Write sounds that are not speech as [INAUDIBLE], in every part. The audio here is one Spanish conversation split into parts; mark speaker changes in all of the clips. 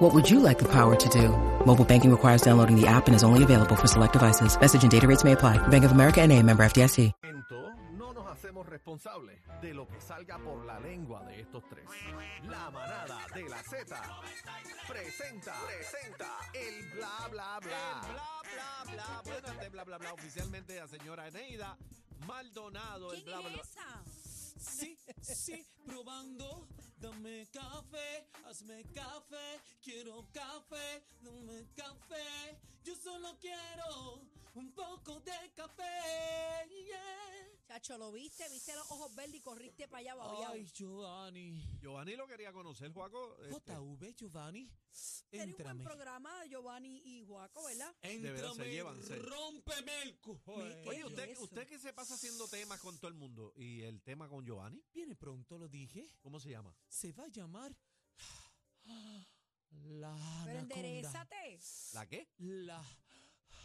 Speaker 1: What would you like the power to do? Mobile banking requires downloading the app and is only available for select devices. Message and data rates may apply. Bank of America and a member FDIC.
Speaker 2: momento, no nos hacemos responsables de lo que salga por la lengua de estos tres. La manada de la Z presenta, presenta el bla bla bla.
Speaker 3: bla bla bla. Bueno, este bla bla bla oficialmente de la señora Eneida Maldonado. El
Speaker 4: ¿Quién
Speaker 3: bla bla bla.
Speaker 4: es esa?
Speaker 5: Sí, sí, probando. Dame café, hazme café. Quiero café, dame café. Yo solo quiero un poco de café. yeah.
Speaker 4: Chacho, lo viste, viste los ojos verdes y corriste para allá babiao.
Speaker 5: Ay, Giovanni.
Speaker 3: Giovanni lo quería conocer, Juaco. este,
Speaker 5: JV, Giovanni.
Speaker 4: Tiene un buen
Speaker 5: Entrame.
Speaker 4: programa, Giovanni y Juaco, ¿verdad?
Speaker 3: De verdad, se
Speaker 5: Entrame,
Speaker 3: llevan, se-
Speaker 5: rómpeme el
Speaker 4: Me-
Speaker 5: cojones.
Speaker 4: ¿Qué
Speaker 3: Oye,
Speaker 4: es
Speaker 3: usted,
Speaker 4: eso?
Speaker 3: usted que se pasa haciendo temas con todo el mundo y el tema con Giovanni,
Speaker 5: Viene pronto, lo dije.
Speaker 3: ¿cómo se llama?
Speaker 5: Se va a llamar... La
Speaker 4: Pero
Speaker 5: anaconda.
Speaker 4: enderezate.
Speaker 3: ¿La qué?
Speaker 5: La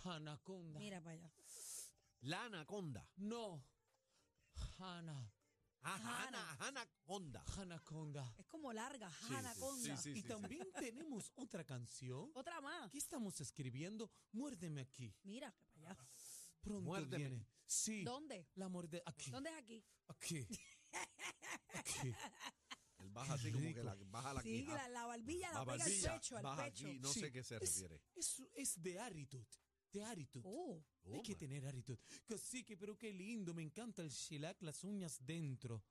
Speaker 5: anaconda.
Speaker 4: Mira para allá.
Speaker 3: La anaconda.
Speaker 5: No. Hana.
Speaker 3: Ah,
Speaker 4: Hana.
Speaker 3: Hana- Hanaconda.
Speaker 5: Hanaconda.
Speaker 4: Es como larga, anaconda.
Speaker 3: sí,
Speaker 5: y
Speaker 3: sí, sí.
Speaker 5: también tenemos otra canción.
Speaker 4: Otra más.
Speaker 5: Aquí estamos escribiendo Muérdeme aquí.
Speaker 4: Mira para allá.
Speaker 5: Pronto
Speaker 3: Muérdeme.
Speaker 5: viene. Sí.
Speaker 4: ¿Dónde?
Speaker 5: La muerde aquí.
Speaker 4: ¿Dónde es aquí?
Speaker 5: Aquí. Aquí.
Speaker 3: Él baja así como que la baja la
Speaker 4: Sí,
Speaker 3: quijada.
Speaker 4: la, la barbilla la,
Speaker 3: ah. La
Speaker 4: pega
Speaker 3: barbilla,
Speaker 4: al pecho, al
Speaker 3: baja
Speaker 4: pecho.
Speaker 3: aquí, no
Speaker 5: Sí.
Speaker 3: sé qué se
Speaker 5: Es-
Speaker 3: refiere.
Speaker 5: Eso es de aritud. De aritud.
Speaker 4: Oh,
Speaker 5: Hay que
Speaker 3: Toma.
Speaker 5: tener aritud. Cacique, pero qué lindo. Me encanta el shellac, las uñas dentro.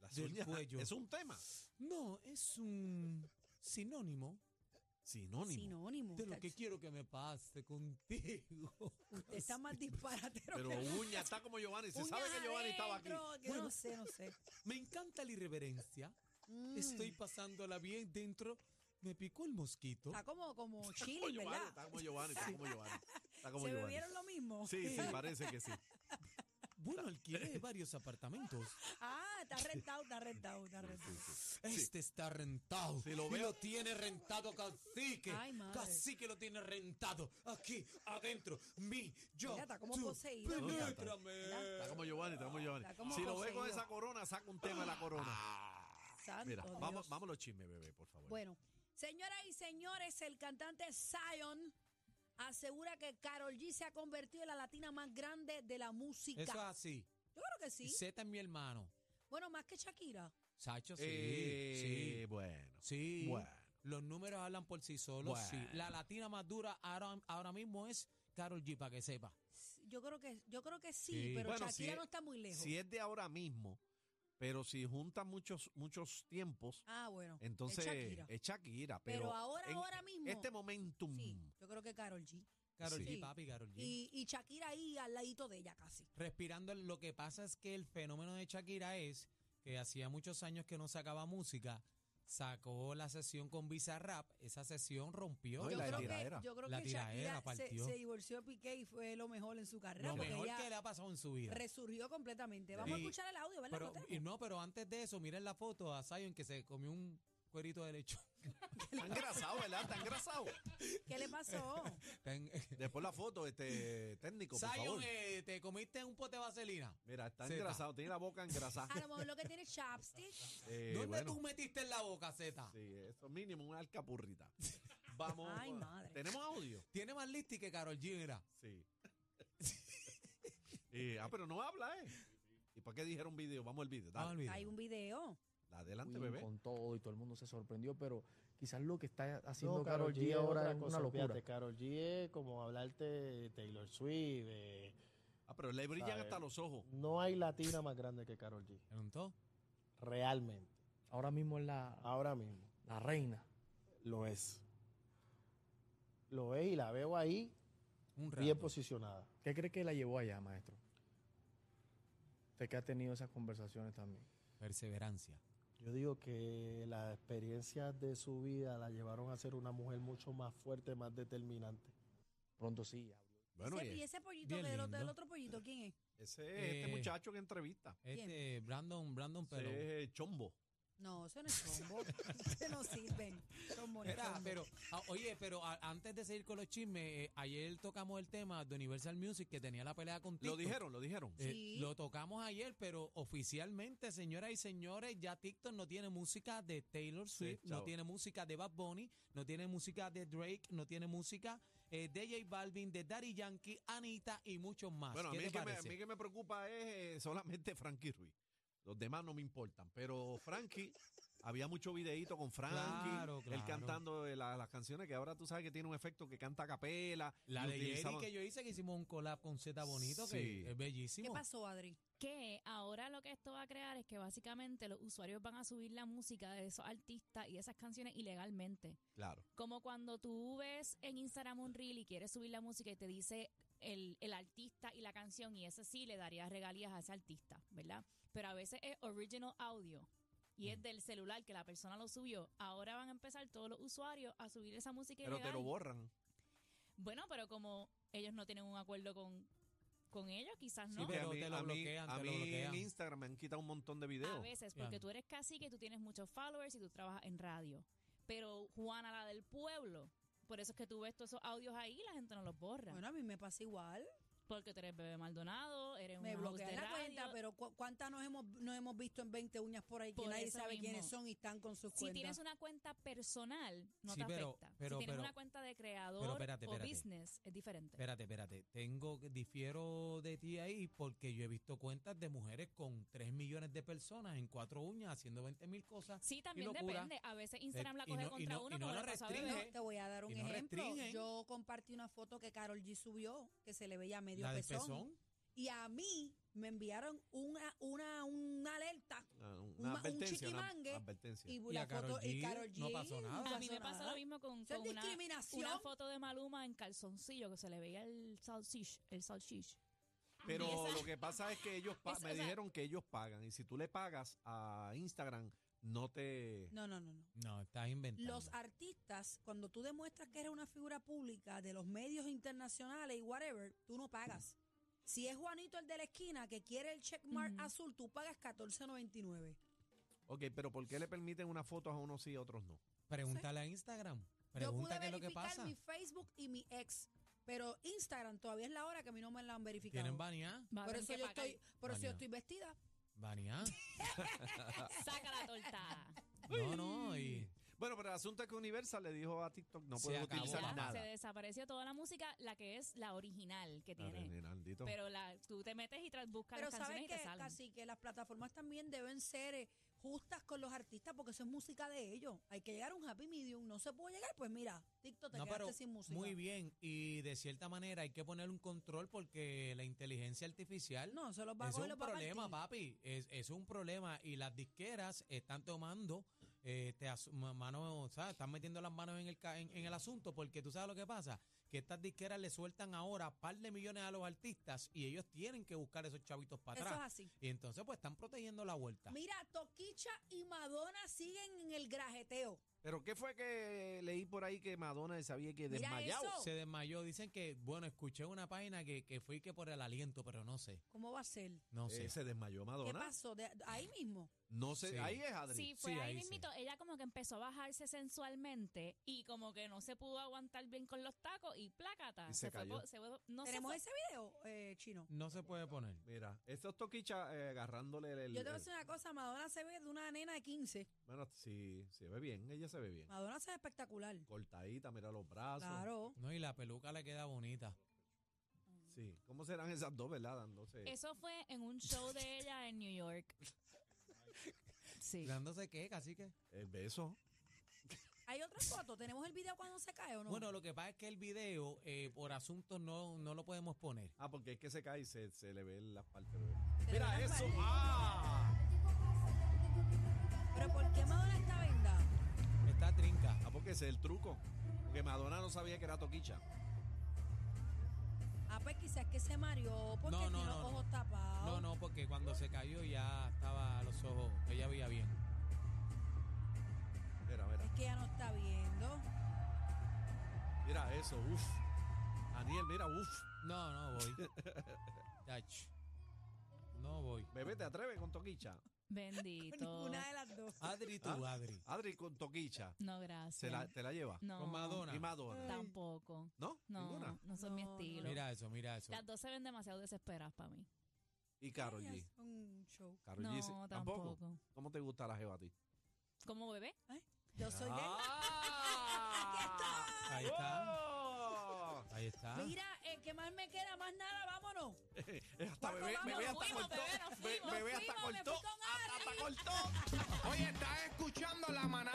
Speaker 3: Las
Speaker 5: del
Speaker 3: uñas-
Speaker 5: cuello.
Speaker 3: Es un tema.
Speaker 5: No, es un sinónimo
Speaker 3: Sinónimo.
Speaker 4: sinónimo.
Speaker 5: de lo que
Speaker 4: chacho.
Speaker 5: quiero que me pase contigo.
Speaker 4: [LAUGHS] Usted está más disparatero.
Speaker 3: Pero
Speaker 4: que-
Speaker 3: uña está como Giovanni. Se sabe
Speaker 4: Uñas
Speaker 3: que Giovanni estaba aquí.
Speaker 4: adentro, Yo
Speaker 5: Bueno.
Speaker 4: no sé, no sé.
Speaker 5: [LAUGHS] Me encanta la irreverencia.
Speaker 4: Mm.
Speaker 5: Estoy pasándola bien dentro. Me picó el mosquito.
Speaker 4: Está como, como
Speaker 3: como
Speaker 4: chilling,
Speaker 3: Giovanni,
Speaker 4: ¿verdad?
Speaker 3: está como Giovanni, está como Giovanni. Está como
Speaker 4: [LAUGHS] ¿Se
Speaker 3: Giovanni.
Speaker 4: bebieron lo mismo?
Speaker 3: Sí, sí, parece que sí.
Speaker 5: Bueno, alquilé
Speaker 4: [LAUGHS]
Speaker 5: varios apartamentos.
Speaker 4: Ah, está rentado, está rentado, está rentado.
Speaker 5: Este está rentado.
Speaker 3: Sí, lo
Speaker 5: Y
Speaker 3: veo.
Speaker 5: lo tiene rentado Cacique.
Speaker 4: Ay, madre.
Speaker 5: Cacique lo tiene rentado. Aquí, adentro. Mi, yo.
Speaker 4: Mira, está como
Speaker 5: tú.
Speaker 4: poseído,
Speaker 3: ¿verdad?
Speaker 5: Penétrame.
Speaker 3: Está como Giovanni, está como Giovanni.
Speaker 4: Está como
Speaker 3: si lo ve
Speaker 4: poseído.
Speaker 3: con esa corona, saca un tema de la corona.
Speaker 4: Ah, Santo
Speaker 3: Mira,
Speaker 4: Dios.
Speaker 3: vamos, vamos a los chismes, bebé, por favor.
Speaker 4: Bueno, señoras y señores, el cantante Zion asegura que Carol G se ha convertido en la latina más grande de la música.
Speaker 5: Eso es así.
Speaker 4: Yo creo que sí.
Speaker 5: Y Z es mi hermano.
Speaker 4: Bueno, más que Shakira.
Speaker 5: Sacho, sí.
Speaker 3: Eh,
Speaker 5: sí.
Speaker 3: bueno.
Speaker 5: Sí.
Speaker 3: Bueno.
Speaker 5: Los números hablan por sí solos. sí.
Speaker 3: Bueno.
Speaker 5: La latina más dura ahora, ahora mismo es Carol G, para que sepa.
Speaker 4: Yo creo que yo creo que sí,
Speaker 5: Sí.
Speaker 4: pero
Speaker 3: Bueno,
Speaker 4: Shakira
Speaker 3: si-
Speaker 4: no está muy lejos.
Speaker 3: Si es de ahora mismo, pero si junta muchos, muchos tiempos,
Speaker 4: ah, bueno. es
Speaker 3: entonces
Speaker 4: Shakira.
Speaker 3: es Shakira. Pero,
Speaker 4: Pero ahora,
Speaker 3: en
Speaker 4: ahora mismo.
Speaker 3: Este momentum.
Speaker 4: Sí, yo creo que Carol G.
Speaker 5: Carol
Speaker 3: Sí.
Speaker 5: G, papi, Carol G.
Speaker 4: Y, y Shakira ahí al ladito de ella casi.
Speaker 5: respirando. Lo que pasa es que el fenómeno de Shakira es que hacía muchos años que no sacaba música, sacó la sesión con Bizarrap, esa sesión rompió.
Speaker 3: No, y
Speaker 4: Yo
Speaker 3: la
Speaker 4: creo, que,
Speaker 3: tiradera.
Speaker 4: yo creo
Speaker 5: La
Speaker 4: que
Speaker 5: tiradera
Speaker 4: Shakira se,
Speaker 5: partió.
Speaker 4: se divorció de Piqué y fue lo mejor en su carrera.
Speaker 5: lo
Speaker 4: porque
Speaker 5: mejor
Speaker 4: ella
Speaker 5: que le ha pasado en su vida.
Speaker 4: resurgió completamente. Vamos a
Speaker 5: Y-
Speaker 4: escuchar el audio, ¿verdad?
Speaker 5: Pero,
Speaker 4: Lo tenemos.
Speaker 5: y no, pero antes de eso, miren la foto a Zion que se comió un cuerito de lechón.
Speaker 3: Está engrasado, ¿verdad? Está engrasado.
Speaker 4: ¿Qué le pasó?
Speaker 5: [LAUGHS] Ten-
Speaker 3: Después la foto, este técnico, por
Speaker 5: Zion,
Speaker 3: favor.
Speaker 5: eh, te comiste un pote de vaselina.
Speaker 3: Mira, está
Speaker 5: Zeta.
Speaker 3: engrasado, tiene la boca engrasada.
Speaker 4: [LAUGHS] A lo mejor lo que tiene es chapstick.
Speaker 3: Eh,
Speaker 5: ¿Dónde
Speaker 3: bueno.
Speaker 5: tú metiste en la boca, Z?
Speaker 3: Sí, eso mínimo una alcapurrita. Vamos.
Speaker 4: Ay, madre.
Speaker 3: ¿Tenemos audio?
Speaker 5: Tiene más listi que Carol G, mira.
Speaker 3: Sí. Eh, ah, pero no habla, ¿eh? ¿Y para qué dijeron video? Vamos al video.
Speaker 5: Vamos al
Speaker 3: Dale.
Speaker 5: video.
Speaker 4: Hay un video.
Speaker 5: Ah,
Speaker 3: Adelante,
Speaker 6: Queen
Speaker 3: bebé.
Speaker 6: con todo y todo el mundo se sorprendió, pero quizás lo que está haciendo
Speaker 7: No,
Speaker 6: Carol G
Speaker 7: es
Speaker 6: ahora
Speaker 7: otra
Speaker 6: es una
Speaker 7: cosa,
Speaker 6: locura.
Speaker 7: fíjate, Karol G es como hablarte de Taylor Swift. de-
Speaker 3: Ah, pero le brillan
Speaker 7: A ver.
Speaker 3: hasta los ojos.
Speaker 7: no hay latina más grande que Carol G.
Speaker 5: ¿Preguntó?
Speaker 7: Realmente.
Speaker 6: Ahora mismo es la,
Speaker 7: Ahora mismo.
Speaker 6: la reina.
Speaker 7: Lo es. Lo es y la veo ahí
Speaker 5: Un
Speaker 7: bien
Speaker 5: rato.
Speaker 7: posicionada.
Speaker 6: ¿Qué cree que la llevó allá, maestro? Usted que ha tenido esas conversaciones también.
Speaker 5: Perseverancia.
Speaker 7: Yo digo que las experiencias de su vida la llevaron a ser una mujer mucho más fuerte, más determinante.
Speaker 6: Pronto sí, abrió
Speaker 3: Bueno,
Speaker 4: ese,
Speaker 3: y
Speaker 4: ¿Y
Speaker 3: ese,
Speaker 4: ese pollito
Speaker 5: bien
Speaker 4: que del otro, del
Speaker 5: lindo.
Speaker 4: otro pollito quién es?
Speaker 3: es este
Speaker 5: Eh,
Speaker 3: muchacho que entrevista.
Speaker 5: Este, Brandon, Brandon
Speaker 3: Ese
Speaker 5: Pelón.
Speaker 3: es Chombo.
Speaker 4: No, ese no es chombo.
Speaker 5: [LAUGHS]
Speaker 4: ese no sirven. Chombo, no es
Speaker 5: Mira,
Speaker 4: chombo.
Speaker 5: pero, ah, oye, pero a- antes de seguir con los chismes, eh, ayer tocamos el tema de Universal Music que tenía la pelea con
Speaker 3: Lo
Speaker 5: TikTok.
Speaker 3: dijeron, lo dijeron.
Speaker 5: Eh,
Speaker 4: Sí.
Speaker 5: Lo tocamos ayer, pero oficialmente, señoras y señores, ya TikTok no tiene música de Taylor Swift, no
Speaker 3: chao.
Speaker 5: tiene música de Bad Bunny, no tiene música de Drake, no tiene música eh, de J Balvin, de Daddy Yankee, Anita y muchos más.
Speaker 3: Bueno, a mí,
Speaker 5: ¿Qué
Speaker 3: el
Speaker 5: te
Speaker 3: que me, a
Speaker 5: parece?
Speaker 3: mí el que me preocupa es eh, solamente Frankie Ruiz. Los demás no me importan. Pero Frankie, había mucho videíto con Frankie.
Speaker 5: Claro,
Speaker 3: Él
Speaker 5: claro.
Speaker 3: cantando eh, la- las canciones que ahora tú sabes que tiene un efecto que canta a capela.
Speaker 5: La
Speaker 3: y
Speaker 5: de Jerry
Speaker 3: utilizaban-
Speaker 5: que yo hice, que hicimos un collab con Z Bonito,
Speaker 3: Sí.
Speaker 5: que es
Speaker 4: ¿Qué
Speaker 5: bellísimo.
Speaker 4: pasó, Adri?
Speaker 8: que ahora lo que esto va a crear es que básicamente los usuarios van a subir la música de esos artistas y esas canciones ilegalmente.
Speaker 3: Claro.
Speaker 8: Como cuando tú ves en Instagram un reel y quieres subir la música y te dice el, el artista y la canción y ese sí le daría regalías a ese artista, ¿verdad? Pero a veces es original audio y
Speaker 3: Mm.
Speaker 8: es del celular que la persona lo subió. Ahora van a empezar todos los usuarios a subir esa música
Speaker 3: Pero te
Speaker 8: ilegal.
Speaker 3: lo borran.
Speaker 8: bueno, pero como ellos no tienen un acuerdo con, con ellos, quizás
Speaker 5: Sí,
Speaker 8: no.
Speaker 5: pero
Speaker 3: Que
Speaker 5: te lo bloquean,
Speaker 3: a
Speaker 5: te lo
Speaker 3: mí en
Speaker 5: bloquean.
Speaker 3: Instagram me han quitado un montón de
Speaker 8: A
Speaker 3: videos.
Speaker 8: veces,
Speaker 5: Ya.
Speaker 8: porque tú eres cacique, tú tienes muchos followers y tú trabajas en radio. Pero Juana, la del pueblo, por eso es que tú ves todos esos audios ahí y la gente no los borra.
Speaker 4: Bueno, a mí me pasa igual.
Speaker 8: porque tú eres bebé Maldonado, eres
Speaker 4: Me
Speaker 8: un host de
Speaker 4: bloquean la
Speaker 8: radio.
Speaker 4: cuenta, pero cu- ¿cuántas nos hemos, nos hemos visto en 20 uñas por ahí que
Speaker 8: Por
Speaker 4: nadie
Speaker 8: eso
Speaker 4: sabe quiénes
Speaker 8: mismo.
Speaker 4: son y están con sus
Speaker 8: si tienes
Speaker 4: cuentas?
Speaker 8: una cuenta personal, no
Speaker 5: Sí,
Speaker 8: te
Speaker 5: pero-
Speaker 8: afecta.
Speaker 5: pero-
Speaker 8: si tienes
Speaker 5: pero-
Speaker 8: una cuenta de creador
Speaker 5: pero espérate,
Speaker 8: o
Speaker 5: espérate.
Speaker 8: business, es diferente.
Speaker 5: Espérate, espérate. Tengo, difiero de ti ahí porque yo he visto cuentas de mujeres con 3 millones de personas en cuatro uñas haciendo 20 mil cosas.
Speaker 8: sí, también
Speaker 5: locura.
Speaker 8: depende. A veces Instagram
Speaker 5: Eh,
Speaker 8: la
Speaker 5: y
Speaker 8: coge
Speaker 5: no- y
Speaker 8: contra
Speaker 5: no- y
Speaker 8: uno,
Speaker 5: no
Speaker 8: como
Speaker 5: la
Speaker 8: le pasó a
Speaker 5: restringe.
Speaker 8: bebé.
Speaker 4: No, te voy a dar un
Speaker 5: Y no
Speaker 4: ejemplo.
Speaker 5: restringen.
Speaker 4: Yo compartí una foto que Carol G subió, que se le veía medio
Speaker 5: La del
Speaker 4: pezón,
Speaker 5: pezón.
Speaker 4: Y a mí me enviaron una, una, una alerta.
Speaker 3: Ah,
Speaker 4: ma-
Speaker 3: Una
Speaker 4: un
Speaker 3: advertencia. una
Speaker 4: chiquimangue
Speaker 3: advertencia.
Speaker 4: Y,
Speaker 5: Y
Speaker 4: la
Speaker 5: a Karol
Speaker 4: foto y
Speaker 5: G
Speaker 4: Carol G.
Speaker 5: no pasó nada.
Speaker 8: A mí me
Speaker 4: nada.
Speaker 8: pasa lo mismo con,
Speaker 4: Eso es
Speaker 8: con una,
Speaker 4: discriminación.
Speaker 8: una foto de Maluma en calzoncillo que se le veía el salsich, el salchish.
Speaker 3: Pero
Speaker 8: Y esa-
Speaker 3: lo que pasa es que
Speaker 4: [LAUGHS]
Speaker 3: ellos pa-
Speaker 8: Esa-
Speaker 3: me
Speaker 8: o sea-
Speaker 3: dijeron que ellos pagan y si tú le pagas a Instagram no te
Speaker 4: No, no, no, no.
Speaker 5: No, estás inventando.
Speaker 4: Los artistas, cuando tú demuestras que eres una figura pública de los medios internacionales y whatever, tú no pagas. Si es Juanito el de la esquina que quiere el checkmark
Speaker 8: Ujú.
Speaker 4: azul, tú pagas 14.99.
Speaker 3: Ok, pero ¿por qué le permiten unas fotos a unos sí y a otros no?
Speaker 5: Pregúntale a Instagram.
Speaker 4: Yo pude
Speaker 5: Pregunta qué es lo que
Speaker 4: verificar
Speaker 5: pasa.
Speaker 4: mi Facebook y mi ex, pero Instagram todavía es la hora que a mí no me la han verificado.
Speaker 5: ¿Tienen baneada?
Speaker 8: Va a
Speaker 4: Por
Speaker 8: tener
Speaker 4: eso
Speaker 8: que
Speaker 4: yo
Speaker 8: pagar.
Speaker 4: estoy, por eso yo
Speaker 5: Baneado.
Speaker 4: estoy vestida. [LAUGHS]
Speaker 5: ¿Baneada?
Speaker 8: Saca la torta.
Speaker 5: No, no, y
Speaker 3: Bueno, pero el asunto es que Universal le dijo a TikTok no
Speaker 5: Se
Speaker 3: puedes
Speaker 5: acabó.
Speaker 3: utilizar
Speaker 5: Ya,
Speaker 8: Ya, Se
Speaker 3: nada.
Speaker 8: desapareció toda la música, la que es la original que
Speaker 3: A ver,
Speaker 8: tiene.
Speaker 3: Naldito.
Speaker 8: Pero la, tú te metes y tras- buscas
Speaker 4: Pero
Speaker 8: las canciones
Speaker 4: sabes
Speaker 8: y te
Speaker 4: que
Speaker 8: salen.
Speaker 4: casi que las plataformas también deben ser eh, justas con los artistas porque eso es música de ellos. Hay que llegar a un happy medium. No se puede llegar, pues mira, TikTok te
Speaker 5: No,
Speaker 4: quedaste
Speaker 5: pero
Speaker 4: sin música.
Speaker 5: muy bien. Y de cierta manera hay que poner un control porque la inteligencia artificial
Speaker 4: No, se los va a
Speaker 5: Eso
Speaker 4: coger los
Speaker 5: es un
Speaker 4: va a
Speaker 5: problema,
Speaker 4: partir.
Speaker 5: papi. Es, es un problema. Y las disqueras están tomando, eh, te asu- ma- mano, ¿sabes? están metiendo las manos en el, ca- en, en el asunto porque tú sabes lo que pasa. Que estas disqueras le sueltan ahora par de millones a los artistas y ellos tienen que buscar esos chavitos para
Speaker 4: Eso es
Speaker 5: atrás.
Speaker 4: así.
Speaker 5: Y entonces pues están protegiendo la vuelta.
Speaker 4: Mira, Toquicha y Madonna siguen en el grajeteo.
Speaker 3: Pero ¿qué fue que leí por ahí que Madonna sabía que
Speaker 4: Mira
Speaker 3: desmayado?
Speaker 4: eso.
Speaker 5: Se desmayó. Dicen que, bueno, escuché una página que, que fui que por el aliento, pero no sé.
Speaker 4: ¿Cómo va a ser?
Speaker 5: No
Speaker 3: Eh,
Speaker 5: sé.
Speaker 3: se desmayó
Speaker 4: ¿Qué
Speaker 3: Madonna.
Speaker 4: pasó? De- ahí mismo.
Speaker 3: No sé,
Speaker 5: Sí.
Speaker 3: ahí es Adri.
Speaker 8: Sí, fue
Speaker 5: Sí,
Speaker 8: ahí
Speaker 5: ahí
Speaker 8: mismito. Ella como que empezó a bajarse sensualmente y como que no se pudo aguantar bien con los tacos y plácata.
Speaker 3: Y se
Speaker 8: fue
Speaker 3: cayó.
Speaker 8: po- se fue- no se
Speaker 4: ¿Tenemos
Speaker 8: fue-
Speaker 4: ese video, eh, Chino?
Speaker 5: No se puede poner.
Speaker 3: Mira, estos toquichas eh, agarrándole el,
Speaker 4: Yo te voy a
Speaker 5: Eh,
Speaker 3: el-
Speaker 4: decir una cosa, Madonna se ve de una nena de 15.
Speaker 3: Bueno, sí, se ve bien, ella se ve bien.
Speaker 4: Madonna se ve espectacular.
Speaker 3: Cortadita, mira los brazos.
Speaker 4: Ah. Claro.
Speaker 5: No, y la peluca le queda bonita.
Speaker 3: Sí. ¿Cómo serán esas dos, verdad? Dándose.
Speaker 8: Eso fue en un show de ella en New
Speaker 4: [LAUGHS]
Speaker 8: York. Sí.
Speaker 5: Dándose qué, así que.
Speaker 3: El beso.
Speaker 4: ¿Hay otra foto? ¿Tenemos el video cuando se cae o no?
Speaker 5: Bueno, lo que pasa es que el video, eh, por asuntos, no, no lo podemos poner.
Speaker 3: Ah, porque es que se cae y se, se le ve las partes.
Speaker 4: Se le
Speaker 3: Mira
Speaker 4: ve las
Speaker 3: eso.
Speaker 4: partes.
Speaker 3: Ah.
Speaker 4: ¿Pero por qué Madonna está vendada?
Speaker 5: Está trinca.
Speaker 3: Ah, porque ese es el truco. Porque Madonna no sabía que era toquicha.
Speaker 4: Ah, pues quizás que se mareó porque
Speaker 5: No, no,
Speaker 4: tiene
Speaker 5: no,
Speaker 4: los
Speaker 5: no.
Speaker 4: ojos tapados.
Speaker 5: No, no, porque cuando se cayó ya estaba a los ojos, ella veía bien.
Speaker 3: Mira, mira.
Speaker 4: Es que ella no está viendo.
Speaker 3: Mira eso. Uf. Daniel, mira, uf.
Speaker 5: No, no voy.
Speaker 3: [LAUGHS]
Speaker 5: Ach, no voy.
Speaker 3: Bebé, ¿te atreves con Toquicha?
Speaker 8: Bendito.
Speaker 4: Ninguna de las dos.
Speaker 5: Adri, tú,
Speaker 3: Ah.
Speaker 5: Adri.
Speaker 3: Adri con Toquicha.
Speaker 8: No,
Speaker 3: Se la,
Speaker 8: gracias.
Speaker 3: ¿Te la lleva?
Speaker 8: No,
Speaker 5: Con Madonna.
Speaker 3: Y Madonna.
Speaker 8: tampoco.
Speaker 3: ¿No?
Speaker 8: No,
Speaker 3: ¿Ninguna?
Speaker 8: no son mi
Speaker 4: No, no.
Speaker 8: estilo.
Speaker 5: Mira eso, mira eso.
Speaker 8: Las dos se ven demasiado desesperadas para mí.
Speaker 3: Y Karol
Speaker 4: Ellas
Speaker 3: G.
Speaker 4: son un show.
Speaker 3: Karol
Speaker 8: No,
Speaker 3: G sí-
Speaker 8: tampoco.
Speaker 3: ¿Cómo te gusta la jeva a ti?
Speaker 8: ¿Como bebé?
Speaker 4: Yo soy gay.
Speaker 5: Ah,
Speaker 3: [LAUGHS]
Speaker 5: Ahí está.
Speaker 4: ¡Oh!
Speaker 5: Ahí está.
Speaker 4: Mira, el que más me queda, más nada, vámonos.
Speaker 3: Hasta
Speaker 4: Paco,
Speaker 3: bebé,
Speaker 4: vamos,
Speaker 3: bebé
Speaker 4: nos
Speaker 3: hasta
Speaker 4: fuimos,
Speaker 3: cortó.
Speaker 4: bebé, nos
Speaker 3: Be-
Speaker 4: fuimos,
Speaker 3: Bebé
Speaker 4: nos
Speaker 3: hasta
Speaker 4: fuimos, me
Speaker 3: cortó.
Speaker 4: fui con
Speaker 3: Hasta hasta cortó.
Speaker 4: [LAUGHS]
Speaker 2: Oye, estás escuchando la manada.